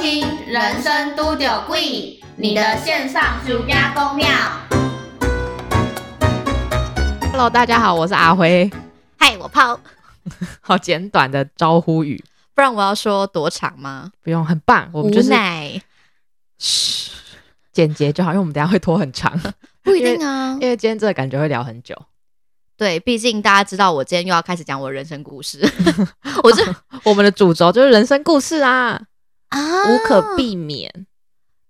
听《人生都有贵》，你的线上暑假公庙。 Hello，大家好，我是阿辉。嗨，我泡， 好简短的招呼语，不然我要说多长吗？不用，很棒。我无们就是奈嘘，简洁就好，因为我们等一下会拖很 长，不一定啊，因为今天这个感觉会聊很久。对，毕竟大家知道我今天又要开始讲我人生故 事，我这我们的主轴就是人生故事啊，啊无可。避免。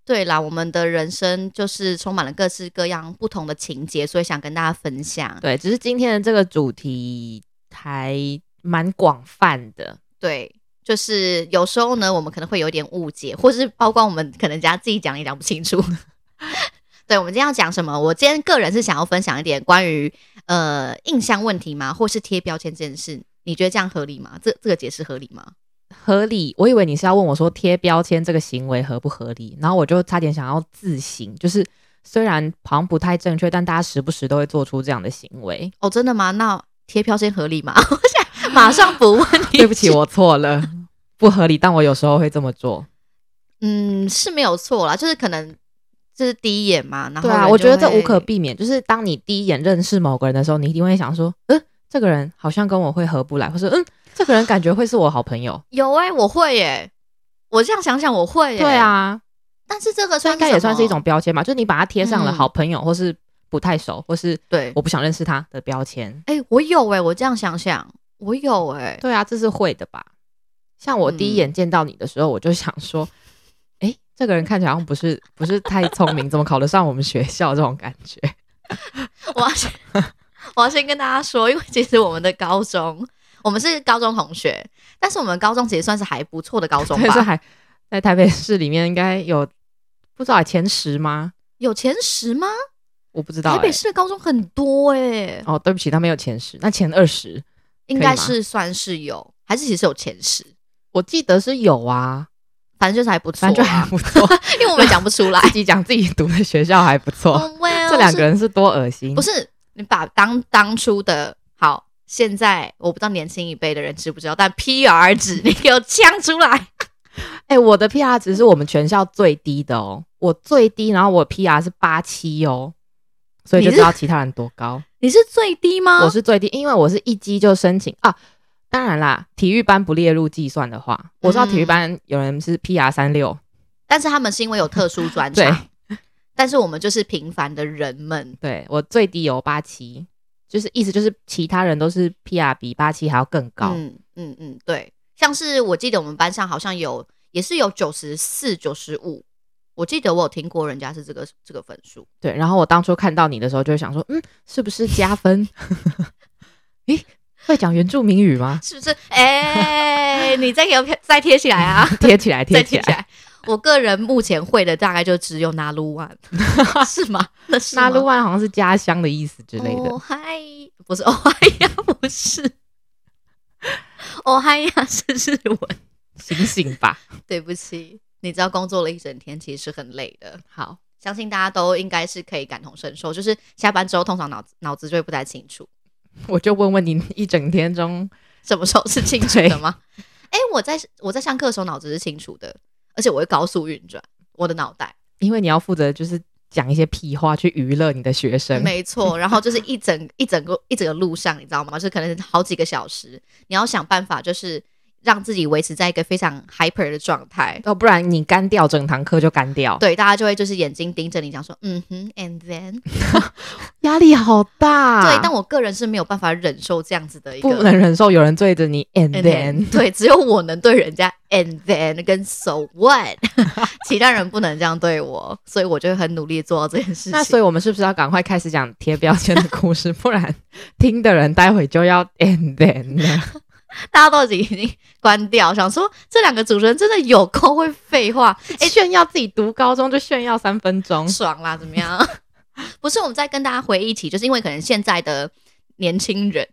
对啦，我们的人生就是充满了各式各样不同的情节，所以想跟大家分享。对，只是今天的这个主题还蛮广泛的，对，就是有时候呢，我们可能会有点误解，或是包括我们可能人家自己讲也讲不清楚。 对，我们今天要讲什么？我今天个人是想要分享一点关于呃印象问题嘛，或是贴标签这件事，你觉得这样合理吗？这这个解释合理吗？合理。我以为你是要问我说贴标签这个行为合不合理，然后我就差点想要自省，就是虽然好像不太正确，但大家时不时都会做出这样的行为。哦，真的吗？那贴标签合 理吗？我想马上不问 你。啊对不起，我错了，不合理。但我有时候会这么做。嗯，是没有错啦，就是可能这是第一眼嘛，然后对啊，人我觉就得这无可会避免。就是当你第一眼认识某个人的时候，你一定会想说，嗯，这个人好像跟我会合不来，或是嗯，这个人感觉会是我好朋友。有哎、我会耶、我这样想想我会耶、欸对，啊，但是这个这算应该也算什是么一种标签吧，就是你把它贴上了嗯好朋友，或是不太熟，或是对我不想认识他的标签。哎、我有哎、我这样想想，我有哎、对啊，这是会的吧？像我第一嗯眼见到你的时候，我就想说，哎、这个人看起来好像不是不是太聪明，怎么考得上我们学校这种感觉？ 我要先我要先跟大家说，因为其实我们的高中，我们是高中同学，但是我们高中其实算是还不错的高中对，这吧，还在台北市里面应该有不知道前十吗？有前十吗？我不知道、台欸。北市的高中很多哎、哦，对不起，他没有前十，那前二十应可以该吗是算是有，还是其实有前十，我记得是有啊，反正就是还不错、啊，反正就还不错，因为我们讲 。不出来自己讲自己读的学校还不错。 Oh, well，哦这两是个人是多恶心，不是你把当当初的好，现在我不知道年轻一辈的人知不知道，但 PR 值你给我呛出来。哎、我的 PR 值是我们全校最低的哦，我最低，然后我 PR 是八七哦，所以就你啊知是道其他人多高。你是最低吗？我是最低，因为我是一机就申请啊。当然啦，体育班不列入计算的话，我知道体育嗯班有人是 PR 三六，但是他们是因为有特殊专长， 但是我们就是平凡的人们。对我最低有八七，就是意思就是其他人都是 PR 比八七还要更高。嗯嗯嗯，对，像是我记得我们班上好像有也是有九十四、九十五，我记得我有听过人家是这个这个分数。？对，然后我当初看到你的时候，就会想说，嗯，是不是加分？ 咦，会讲原住民语吗是不是？哎、 你再给我贴再贴起来啊！贴起来，贴 再起贴起来。来。我个人目前会的大概就只有拿鲁万， 是吗？那是那吗鲁万好像是家乡的意思之类的。哦嗨，不是哦嗨呀，不是哦嗨呀，是日文。醒醒吧！对不起，你知道工作了一整天其实是很累的， 好，相信大家都应该是可以感同身受。就是下班之后，通常脑子脑子就会不太清楚，我就问问你，一整天中，什么时候是清楚的吗？哎、我在我在上课的时候脑子是清楚的，而且我会高速运转我的脑袋。因为你要负责就是讲一些屁话去娱乐你的学生，没错，然后就是一整一整个一整个路上，你知道吗？就是可能好几个小时，你要想办法，就是让自己维持在一个非常 hyper 的状态。要哦不然你干掉整堂课就干掉，对，大家就会就是眼睛盯着你，讲说，嗯哼，and then，、压力好大。对，但我个人是没有办法忍受这样子的一个啊不能忍受有人对着你 and and then then，对，只有我能对人家 and then 跟 so what，其他人不能这样对我，所以我就会很努力做到这件事情。那所以我们是不是要赶快开始讲贴标签的故事？不然听的人待会就要 end then 了。大家都已经关掉，想说这两个主持人真的有空会废话， 哎、炫耀自己读高中就炫耀三分钟，爽啦，怎 么样？不是，我们在跟大家回忆起，就是因为可能现在的年轻人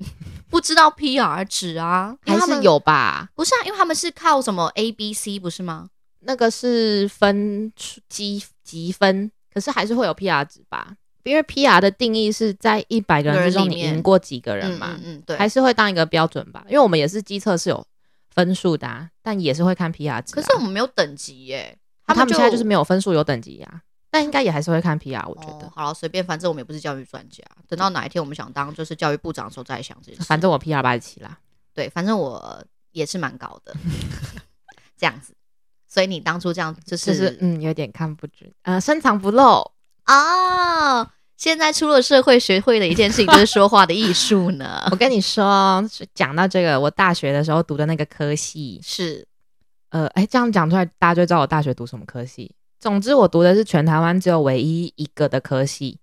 不知道 PR 值啊，因还为他是们有吧？不是啊？因为他们是靠什么 A、B、C 不是吗？那个是分出积积分，可是还是会有 PR 值吧？因为 PR 的定义是在一百个人之中人里你面赢过几个人嗯嘛，嗯嗯，对，还是会当一个标准吧？因为我们也是机测是有分数的、啊，但也是会看 PR 值、啊。啊可是我们没有等级耶，哦他们就现在就是没有分数有等级呀、但应该也还是会看 PR，我觉得。哦、好了，随便，反正我们也不是教育专家。等到哪一天我们想当就是教育部长的时候再想这件事。反正我 PR 八十七啦，对，反正我也是蛮 高的，这样子。所以你当初这样就是就是嗯，有点看不准，呃，深藏不露。哦，现在出了社会，学会的一件事情就是说话的艺术呢 。我跟你说，是讲到这个，我大学的时候读的那个科系，是呃，哎，这样讲出来，大家就知道我大学读什么科系。总之，我读的是全台湾只有唯一一个的科系。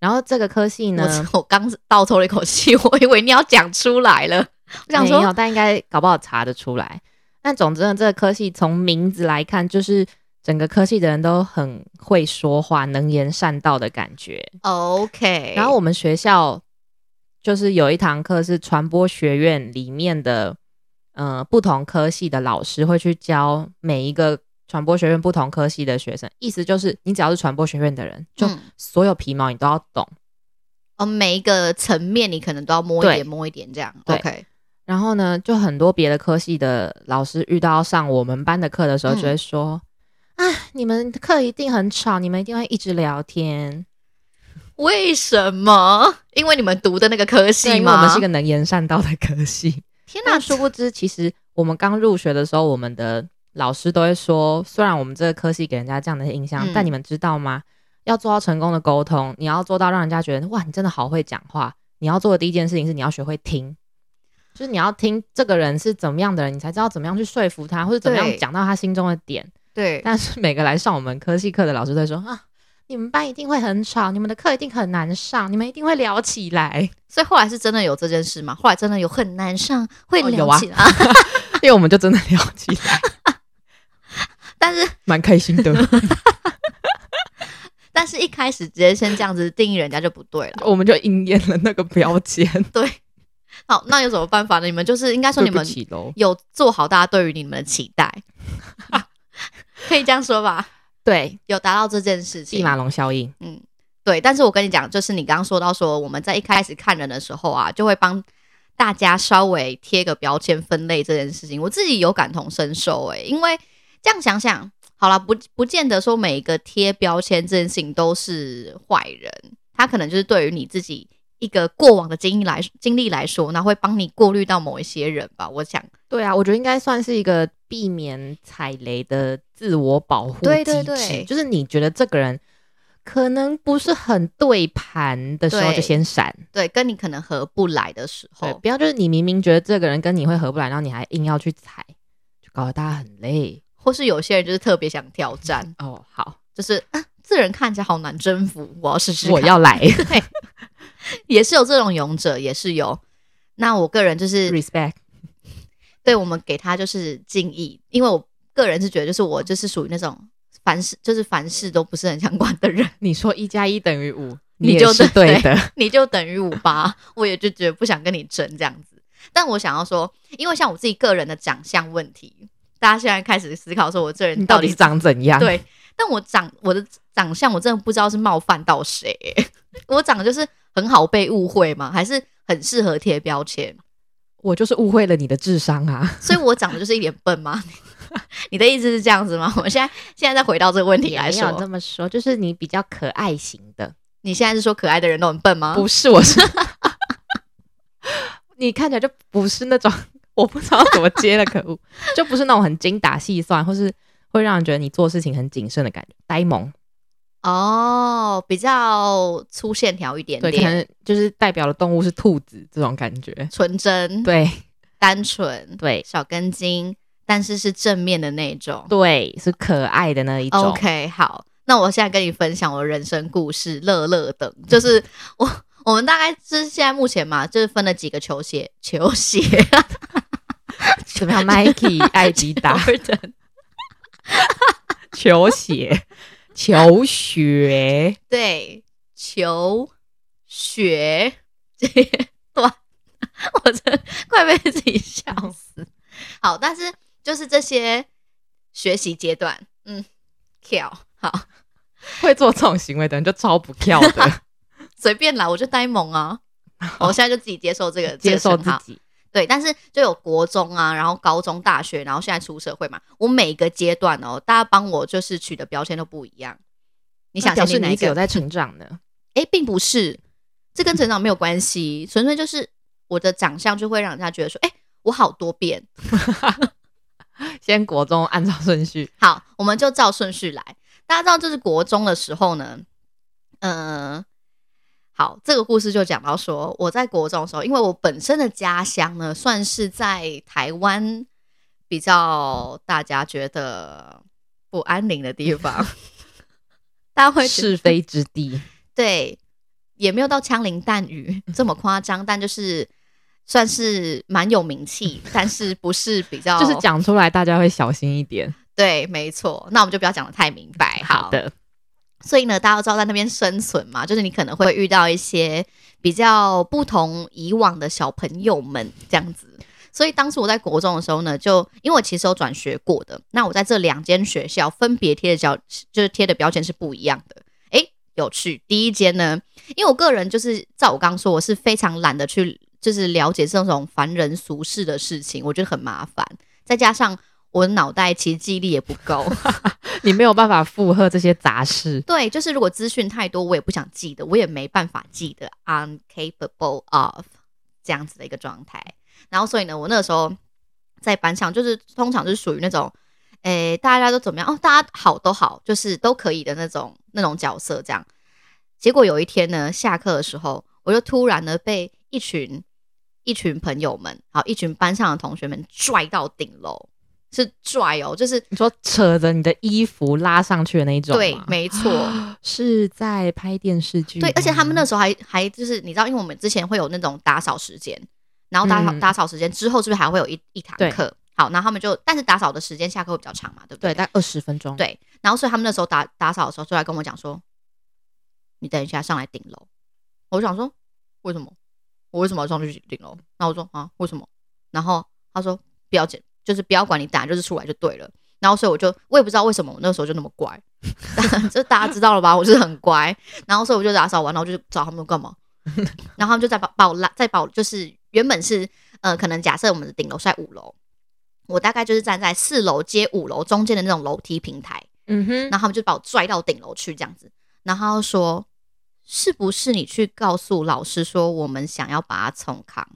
然后这个科系呢，我我刚倒抽了一口气，我以为你要讲出来了，我想没说有，但应该搞不好查得出来。但总之呢，这个科系从名字来看，就是整个科系的人都很会说话，能言善道的感觉。 OK。然后我们学校就是有一堂课是传播学院里面的，呃，不同科系的老师会去教每一个传播学院不同科系的学生，意思就是你只要是传播学院的人，就嗯所有皮毛你都要懂。哦，每一个层面你可能都要摸一对点，摸一点这样。对 OK，然后呢，就很多别的科系的老师遇到上我们班的课的时候，嗯就会说：“哎、你们课一定很吵，你们一定会一直聊天。为什么？因为你们读的那个科”对系因为我吗？们是一个能言善道的科系。天哪那，殊不知，其实我们刚入学的时候，我们的老师都会说，虽然我们这个科系给人家这样的印象，嗯但你们知道吗？要做到成功的沟通，你要做到让人家觉得哇，你真的好会讲话。你要做的第一件事情是你要学会听，就是你要听这个人是怎么样的人，你才知道怎么样去说服他，或者怎么对样讲到他心中的点。对，但是每个来上我们科系课的老师都会说啊，你们班一定会很吵，你们的课一定很难上，你们一定会聊起来。所以后来是真的有这件事吗？后来真的有很难上，会哦有聊啊起来，啊、 因为我们就真的聊起来， 但是蛮开心 的。但是一开始直接先这样子定义人家就不对 了。我们就应验了那个标 签。好，那有什么办法呢？你们就是应该说你们起喽，有做好大家对于你们的 期待， 可以这样说吧？对，有达到这件事地情，马龙效应，对，但是我跟你讲，就是你刚刚说到说我们在一开始看人的时候啊，就会帮大家稍微贴个标签分类这件事情，我自己有感同身受诶、因为这样想想，好了，不不见得说每一个贴标签这件事情都是坏人，他可能就是对于你自己一个过往的经历来经历来说，那会帮你过滤到某一些人吧，我想。对啊，我觉得应该算是一个避免踩雷的自我保护机制，对对对就是你觉得这个人可能不是很对盘的时候，对就先闪，对，跟你可能合不来的时对，候，不要就是你明明觉得这个人跟你会合不来，然后你还硬要去踩，就搞得大家很累。或是有些人就是特别想挑战，哦，好，就是啊，这人看起来好难征服，我要试试看。我要来对， 也是有这种勇者，也是有。那我个人就是 ，respect，对我们给他就是敬意，因为我个人是觉得，就是我就是属于那种凡事就是凡事都不是很想管的人， 你说一加一等于五，你也就是对对的，你就等于五八，我也就觉得不想跟你争这样子。但我想要说，因为像我自己个人的长相问题，大家现在开始思考说我这 人你到底底长怎样？对，但我长我的长相，我真的不知道是冒犯到谁 欸、我长得就是很好被误会吗？还是很适合贴标签？我就是误会了你的智商啊！ 所以我长得就是一脸笨吗？ 你的意思是这样子吗？ 我们现在现在再回到这个问题来也没有这说，么说，就是你比较可爱型的，你现在是说可爱的人都很笨吗？不是， 我是你看起来就不是那种，我不知道怎么接了， 可恶，就不是那种很精打细算，或是会让人觉得你做事情很谨慎的感觉，呆萌，哦，比较粗线条一点对，可点，能就是代表的动物是兔子这种感觉，纯真、对单纯、对小根筋，但是是正面的那种。对，是可爱的那一种 OK，好，那我现在跟你分享我的人生故事，乐乐等，嗯就是我 我们大概是现在目前嘛，就是分了几个球鞋，球鞋怎么样？Nike、艾 迪达、 Jordan 球鞋、球鞋，对球鞋这些段，我真的快被自己笑死。好，但是就是这些学习阶段，嗯，跳好。 会做这种行为的人就超不跳的， 随便啦，我就呆萌啊！我现在就自己接受这个接受这个自称号己。对，但是就有国中啊，然后高中、大学，然后现在出社会嘛，我每个阶段哦，大家帮我就是取的标签都不一样。你你想表想示是哪你一一直有个？在成长呢？哎，并不是，这跟成长没有关系，纯粹就是我的长相就会让人家觉得说，哎，我好多变。先国中按照顺 序，好，我们就照顺序来。大家知道，就是国中的时候呢，呃，好，这个故事就讲到说，我在国中的时候，因为我本身的家乡呢，算是在台湾比较大家觉得不安宁的 地方，大家会觉得是非之地，对，也没有到枪林弹雨嗯这么夸张，但就是算是蛮有名气，但是不是比较就是讲出来大家会小心一点。对，没错。那我们就不要讲的太明白，哎好好的，所以呢，大家都知道在那边生存嘛，就是你可能会遇到一些比较不同以往的小朋友们这样子。所以当时我在国中的时候呢，就因为我其实有转学过的，那我在这两间学校分别贴的标，就是贴的标签是不一样的。诶，有趣。第一间呢，因为我个人就是照我刚刚说，我是非常懒得去就是了解这种凡人俗事的事情，我觉得很麻烦。再加上我的脑袋其实记忆力也不够，你没有办法负荷这些杂事，对，就是如果资讯太多，我也不想记得，我也没办法记得，I'm capable of 这样子的一个状态。然后所以呢，我那个时候在班上，就是通常就是属于那种，诶，大家都怎么样？哦，大家好都好，就是都可以的那种那种角色这样。结果有一天呢，下课的时候，我就突然呢被一群一群朋友们，好一群班上的同学们拽到顶楼，是拽哦，就是你说扯着你的衣服拉上去的那一种吗，对，没错。 是在拍电视剧吗，对，而且他们那时候还还就是你知道，因为我们之前会有那种打扫时间，然后打扫、嗯打扫时间之后，是不是还会有一一堂对课？好，那他们就但是打扫的时间下课会比较长嘛，对不对，对？大概二十分钟，对，然后所以他们那时候打打扫的时候，就来跟我讲说：“你等一下上来顶楼。”我就想说：“为什么？我为什么要上去顶楼？”然后我说：“啊，为什么？”然后他说：“不要紧，就是不要管你，打就是出来就对了。”然后所以我就我也不知道为什么我那时候就那么乖，就大家知道了吧？我就是很乖。然后所以我就打扫完，然后我就找他们干嘛？然后他们就再把把我拉，再把我就是原本是呃，可能假设我们的顶楼是在五楼，我大概就是站在四楼接五楼中间的那种楼梯平台。嗯哼，然后他们就把我拽到顶楼去这样子，然后他就说是不是你去告诉老师说我们想要把他冲康？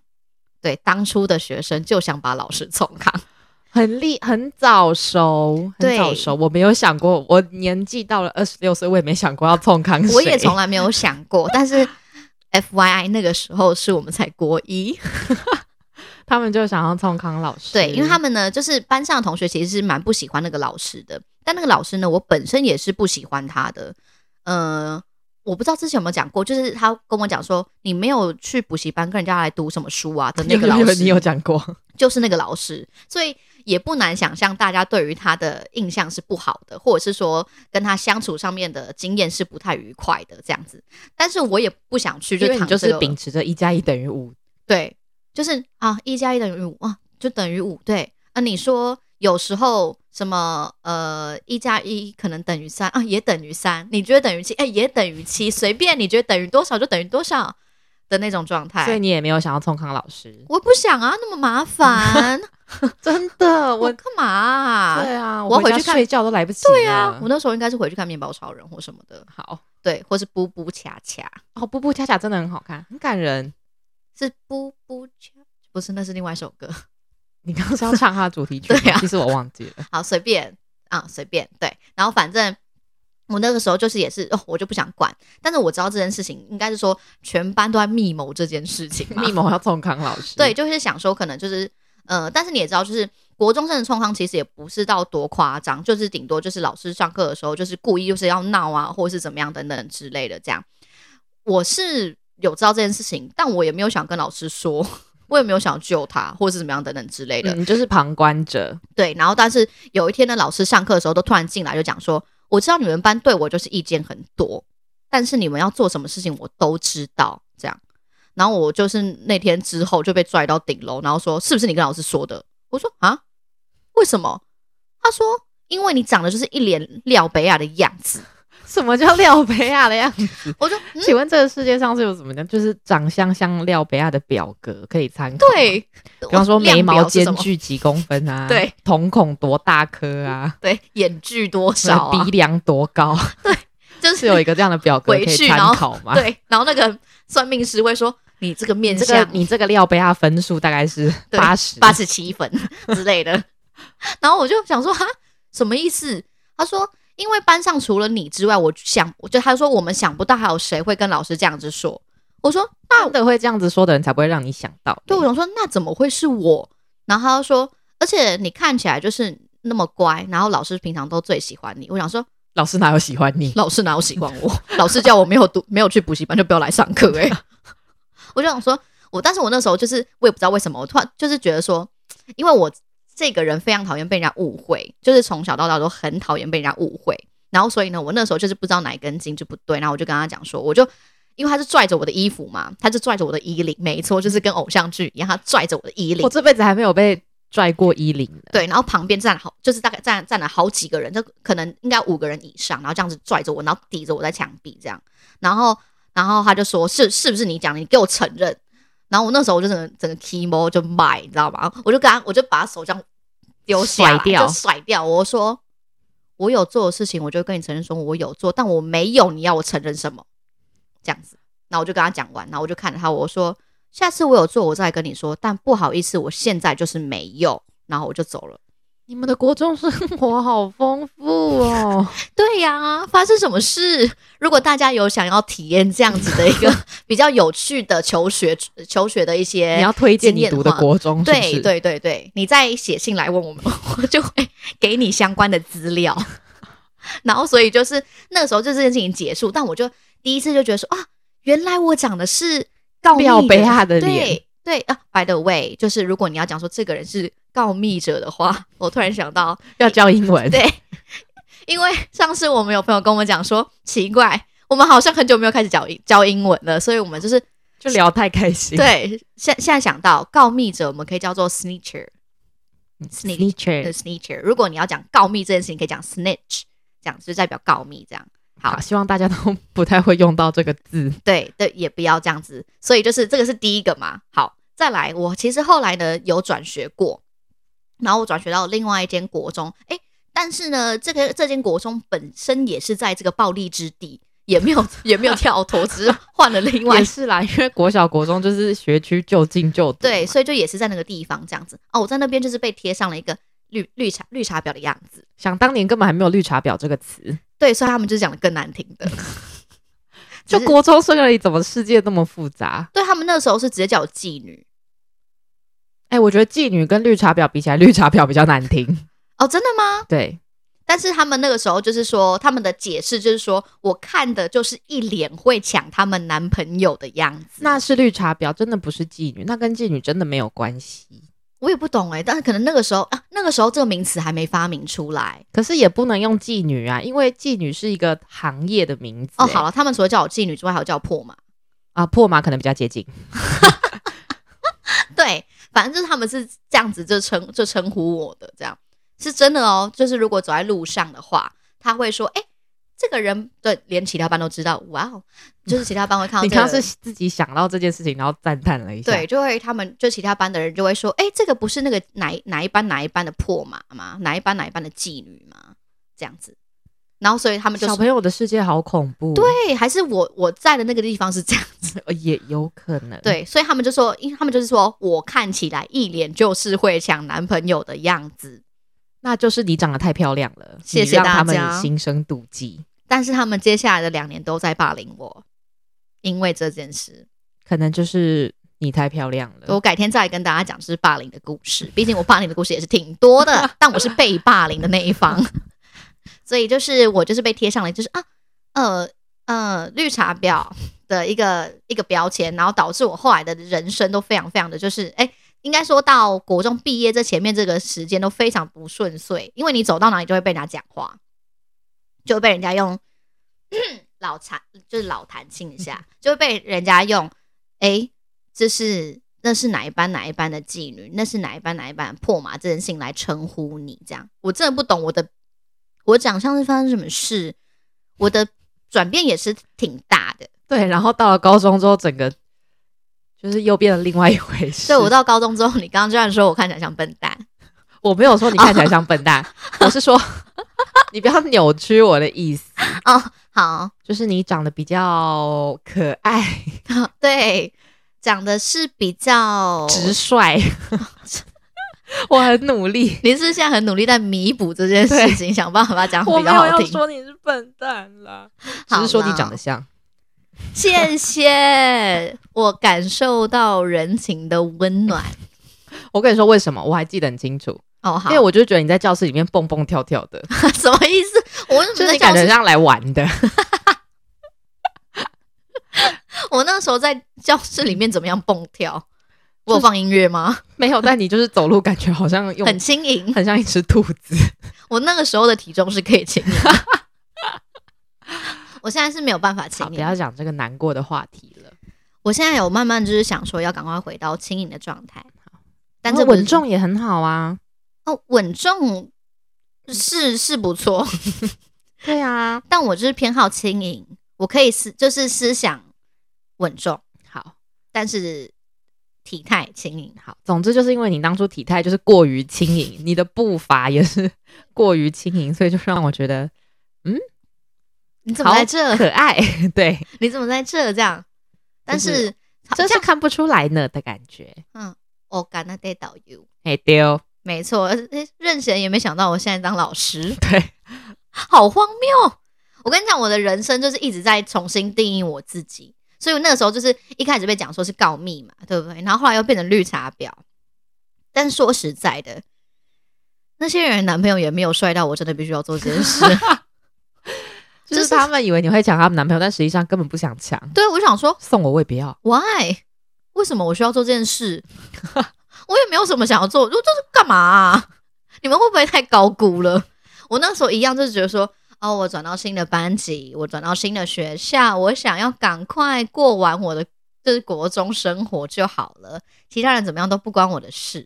对，当初的学生就想把老师冲康， 很厉，很早熟，很对早熟。我没有想过，我年纪到了二十六岁，我也没想过要碰康谁。我也从来没有想过。但是 F Y I 那个时候是我们才国一，他们就想要冲康老师，对，因为他们呢就是班上的同学其实是蛮不喜欢那个老师的，但那个老师呢，我本身也是不喜欢他的，呃。我不知道之前有没有讲过，就是他跟我讲说，你没有去补习班跟人家来读什么书啊的那个老有有师， 你有讲过，就是那个老师，所以也不难想象大家对于他的印象是不好的，或者是说跟他相处上面的经验是不太愉快的这样子。但是我也不想去，因为你躺就这是个秉持着一加一等于五，对，就是啊，一加一等于五啊，就等于五。对啊，你说有时候什么呃，一加一可能等于三啊，也等于三，你觉得等于七，哎、也等于七，随便你觉得等于多少就等于多少的那种状态。所以你也没有想要冲康老师，我不想啊，那么 麻烦，真的，我干嘛、啊？对啊，我回回家去看睡觉都来不及，对啊，我那时候应该是回去看《面包超人》或什么的，好。对，或是《布布恰恰》，哦，布布恰恰真的很好看，很感人。是《布布恰》，不是，那是另外一首歌。你刚刚是要唱他的主题曲啊对吗？啊其实我忘记 了。好，随便啊，随便。对，然后反正我那个时候就是也是哦，我就不想管，但是我知道这件事情，应该是说全班都在密谋这件事情 嘛密。谋要冲康老师，对，，就是想说可能就是呃，但是你也知道，就是国中生的冲康其实也不是到多夸张，就是顶多就是老师上课的时候就是故意就是要闹啊，或者是怎么样等等之类的这样。我是有知道这件事情，但我也没有想跟老师说， 我也没有想救他，或者是怎么样等等之类的。嗯，就是旁观者，对，然后但是有一天呢，老师上课的时候都突然进来就讲说，我知道你们班对我就是意见很多，但是你们要做什么事情我都知道，这样。然后我就是那天之后就被拽到顶楼，然后说是不是你跟老师说的？我说啊，为什么？他说因为你长得就是一脸廖北亚的样子，什么叫廖培亚的样子？我说，嗯， 请问这个世界上是有什么呢？就是长相像廖培亚的表格可以参考。， 对，啊比方说眉量毛表是间什么，距几公分啊，对，瞳孔多大颗啊，对，眼距多少、啊 鼻，梁多高，就是是有一个这样的表格可回以去参然后考吗？，对，然后那个算命师会说你这个面你这个相你这个廖培亚分数大概是对八十，八十七分之类的，然后我就想说哈，什么意思？他说。因为班上除了你之外，我想，我就他说我们想不到还有谁会跟老师这样子说。我说那真的会这样子说的人才不会让你想到。欸对，我想说那怎么会是我？然后他就说，而且你看起来就是那么乖，然后老师平常都最喜欢你。我想说，老师哪有喜欢你？老师哪有喜欢我？ 老师叫我没有读，没有去补习班就不要来上课、欸。 我就想说，我但是我那时候就是我也不知道为什么，我突然就是觉得说，因为我这个人非常讨厌被人家误会，就是从小到大都很讨厌被人家误会。然后所以呢，我那时候就是不知道哪一根筋就不对，然后我就跟他讲说，我就。因为他是拽着我的衣服嘛，他就拽着我的衣领，没错，就是跟偶像剧一样，他拽着我的衣领我。这辈子还没有被拽过衣领呢。对，然后旁边站了好，就是大概站站了好几个人，就可能应该五个人以上，然后这样子拽着我，然后抵着我在墙壁这样，然后然后他就说是是不是你讲的，你给我承认。然后我那时候我就整个整个 emo 就卖，你知道吗？我就跟他，我就把手这样丢下来甩掉就甩掉。我说我有做的事情，我就跟你承认说我有做，但我没有，你要我承认什么？这样子，那我就跟他讲完，然后我就看着他，我说下次我有做，我再跟你说，但不好意思，我现在就是没有，然后我就走了。你们的国中生活好丰富 哦。对呀、发生什么事？如果大家有想要体验这样子的一 个比较有趣的求学求学的一些，你要推荐你读的国中是不对是？，对对对，你再写信来问我们， 我就会给你相关的资料。 然后，所以就是那个时候，就这件事情结束，但我就第一次就觉得说啊，原来我讲的是告密廖人贝亚的脸，对对啊，by the way，就是如果你要讲说这个人是告密者的话，我突然想到，要教英文。 对，因为上次我们有朋友跟我们讲说，奇怪，我们好像很久没有开始教英教英文了，所以我们就是就聊太开心。对现现在想到告密者，我们可以叫做 snitcher， ，snitcher 的 snitcher。如果你要讲告密这件事情，可以讲 snitch，这样就代表告密这样。好，希望大家都不太会用到这个 字。对对，也不要这样子。所以就是这个是第一个嘛。好，再来，我其实后来呢有转学过，然后我转学到另外一间国中，诶，但是呢，这个这间国中本身也是在这个暴力之地，也没有也没有跳脱，只是换了另外也是啦，因为国小、国中就是学区就近就读嘛。对，所以就也是在那个地方这样子。哦，我在那边就是被贴上了一个绿绿茶绿茶婊的样子。想当年根本还没有“绿茶婊”这个词，对，所以他们就是讲的更难听的， 就只是国中生而已，怎么世界那么复杂？对他们那时候是直接叫我妓女哎、我觉得妓女跟绿茶婊比起来，绿茶婊比较难听。哦，真的吗？ 对，但是他们那个时候就是说，他们的解释就是说，我看的就是一脸会抢他们男朋友的样子。那是绿茶婊，真的不是妓女，那跟妓女真的没有关系。我也不懂哎、但是可能那个时候啊，那个时候这个名词还没发明出来可是也不能用妓女啊，因为妓女是一个行业的名字、哦。哎好了，他们除了叫我妓女之外，还有叫我破嘛。啊，破马可能比较接近。对，反正就是他们是这样子就称就称呼我的，这样是真的哦。就是如果走在路上的话，他会说：“哎、这个人对，连其他班都知道，哇哦！”就是其他班会看到、你这个刚人。刚是自己想到这件事情，然后赞叹了一下。对，，就会他们就其他班的人就会说，哎、这个不是那个哪一哪一班哪一班的破马吗？哪一班哪一班的妓女吗？这样子，然后所以他们就小说，朋友的世界好恐怖。哦对，还是我我在的那个地方是这样子，对，呃也有可能。，对，所以他们就说，因为他们就是说我看起来一脸就是会抢男朋友的样子，那就是你长得太漂亮了，谢谢你让大他们家心生妒忌。但是他们接下来的两年都在霸凌我，因为这件事，可能就是你太漂亮了我。改天再来跟大家讲是霸凌的故事，毕竟我霸凌的故事也是挺多的，但我是被霸凌的那一方， 所以就是我就是被贴上了就是啊呃呃绿茶婊的一个一个标签，然后导致我后来的人生都非常非常的就是哎。应该说到国中毕业这前面这个时间都非常不顺遂，因为你走到哪里就会被人家讲话，就会被人家用嗯老残就是老弹性一下，就会被人家用哎、诶这是那是哪一班哪一班的妓女，那是哪一班哪一班的破马这件事情来称呼你，这样我真的不懂我的我长相是发生什么事，我的转变也是挺大的。对，然后到了高中之后，整个就是又变成另外一回事。所以我到高中之后，你刚刚这样说，我看起来像笨蛋。我没有说你看起 来像笨蛋，我是说 你不要扭曲我的意思，哦，好，就是你长得比较可爱、对，讲的是比较直 率，我很努力。你是现在很努力在弥补这件事情，想办法把它讲 得我比没较有要好听。说你是笨蛋啦，只好是说你啦长得 像。 谢谢，我感受到人情的温暖。我跟你说为什么，我还记得很清楚，哦，因好，为我就觉得你在教室里面蹦蹦跳跳的， 什么意思？我为什就是么在你感教觉室？像来玩的。我那时候在教室里面怎么样蹦跳？我有放音乐吗？ 没有，但你就是走路感觉好像用很轻盈。很像一只兔 子。我那个时候的体重是可以轻盈的。 我现在是没有办法轻好，不盈，要讲这个难过的话题了。我现在有慢慢就是想说要赶快回到轻盈的状态，但然这后不是稳重也很好啊。哦，稳重是是不错， 对啊，但我就是偏好轻盈，我可以思就是思想稳重，好但是体态轻盈。好，总之就是因为你当初体态就是过于轻盈，你的步伐也是过于轻盈，所以就让我觉得你怎么好 在这？可爱。对，你怎么在这这样？但就是是好真像哦是看不出来呢的感觉。我感那得导游，哎丢，没错，诶任贤也没想到我现在当老师，对，好荒谬！我跟你讲，我的人生就是一直在重新定义我自己，所以我那个时候就是一开始被讲说是告密嘛，对不对？然后后来又变成绿茶婊。但说实在的，那些人的男朋友也没有帅到我真的必须要做这件事。 就就是是他们以为你会抢他们男朋友，但实际上根本不想抢。对，我就想说送我我也不要， ，why？为什么我需要做这件事？ 我也没有什么想要做，我就是干嘛、啊？你们会不会太高估了？我那时候一样就是觉得说，哦，我转到新的班级，我转到新的学校，我想要赶快过完我的就是国中生活就好了，其他人怎么样都不关我的事。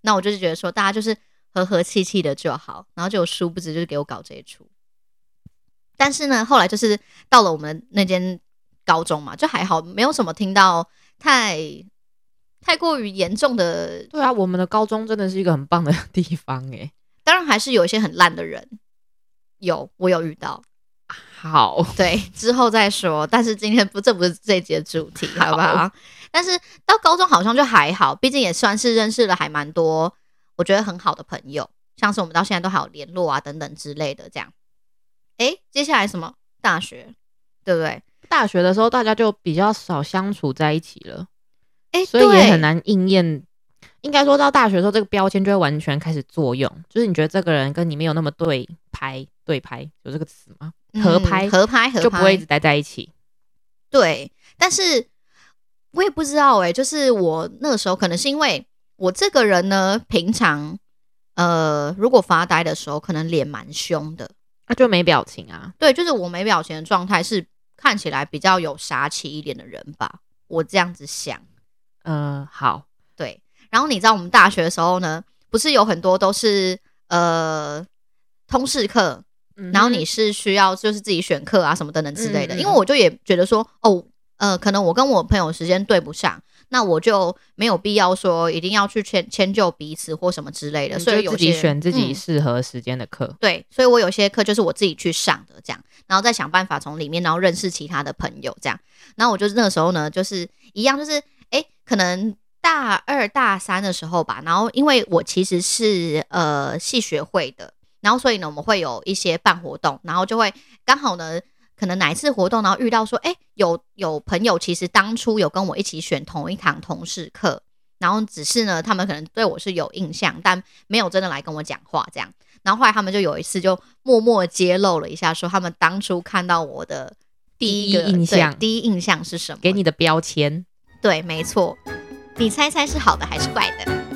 那我就是觉得说，大家就是和和气气的就好，然后就殊不知就是给我搞这一出。但是呢，后来就是到了我们那间高中嘛，就还好，没有什么听到太太过于严重的对啊，我们的高中真的是一个很棒的地方哎、当然还是有一些很烂的人，有我有遇到，好， 对，之后再说。但是今天不，这不是这一节主题，好不好？但是到高中好像就还好，毕竟也算是认识了还蛮多我觉得很好的朋友，像是我们到现在都还有联络啊等等之类的这样。诶，接下来什么大学，对不对？大学的时候大家就比较少相处在一起了，诶，所以也对很难应验。应该说到大学的时候，这个标签就会完全开始作用，就是你觉得这个人跟你没有那么对拍，对拍有这个词吗？合拍嗯合拍，合拍就不会一直待在一起。对，但是我也不知道哎、就是我那个时候可能是因为我这个人呢，平常呃，如果发呆的时候，可能脸蛮凶的，那、就没表情啊，对，就是我没表情的状态是看起来比较有杀气一点的人吧，我这样子想。嗯、好，对，然后你知道我们大学的时候呢，不是有很多都是呃通识课，嗯然后你是需要就是自己选课啊什么等等之类的。嗯嗯因为我就也觉得说，哦，呃，可能我跟我朋友时间对不上，那我就没有必要说一定要去迁迁就彼此或什么之类的。你所以就有自己些选自己嗯适合时间的课。对，所以我有些课就是我自己去上的，这样，然后再想办法从里面，然后认识其他的朋友，这样。然后我就是那个时候呢，就是一样，就是诶，可能大二大三的时候吧，然后因为我其实是呃系学会的，然后所以呢，我们会有一些办活动，然后就会刚好呢。可能哪一次活动，然后遇到说，诶，有有朋友其实当初有跟我一起选同一堂同事课，然后只是呢，他们可能对我是有印象，但没有真的来跟我讲话这样。然后后来他们就有一次就默默揭露了一下，说他们当初看到我的第个第一印象对第一印象是什么？给你的标签，对，没错。你猜猜是好的还是坏的？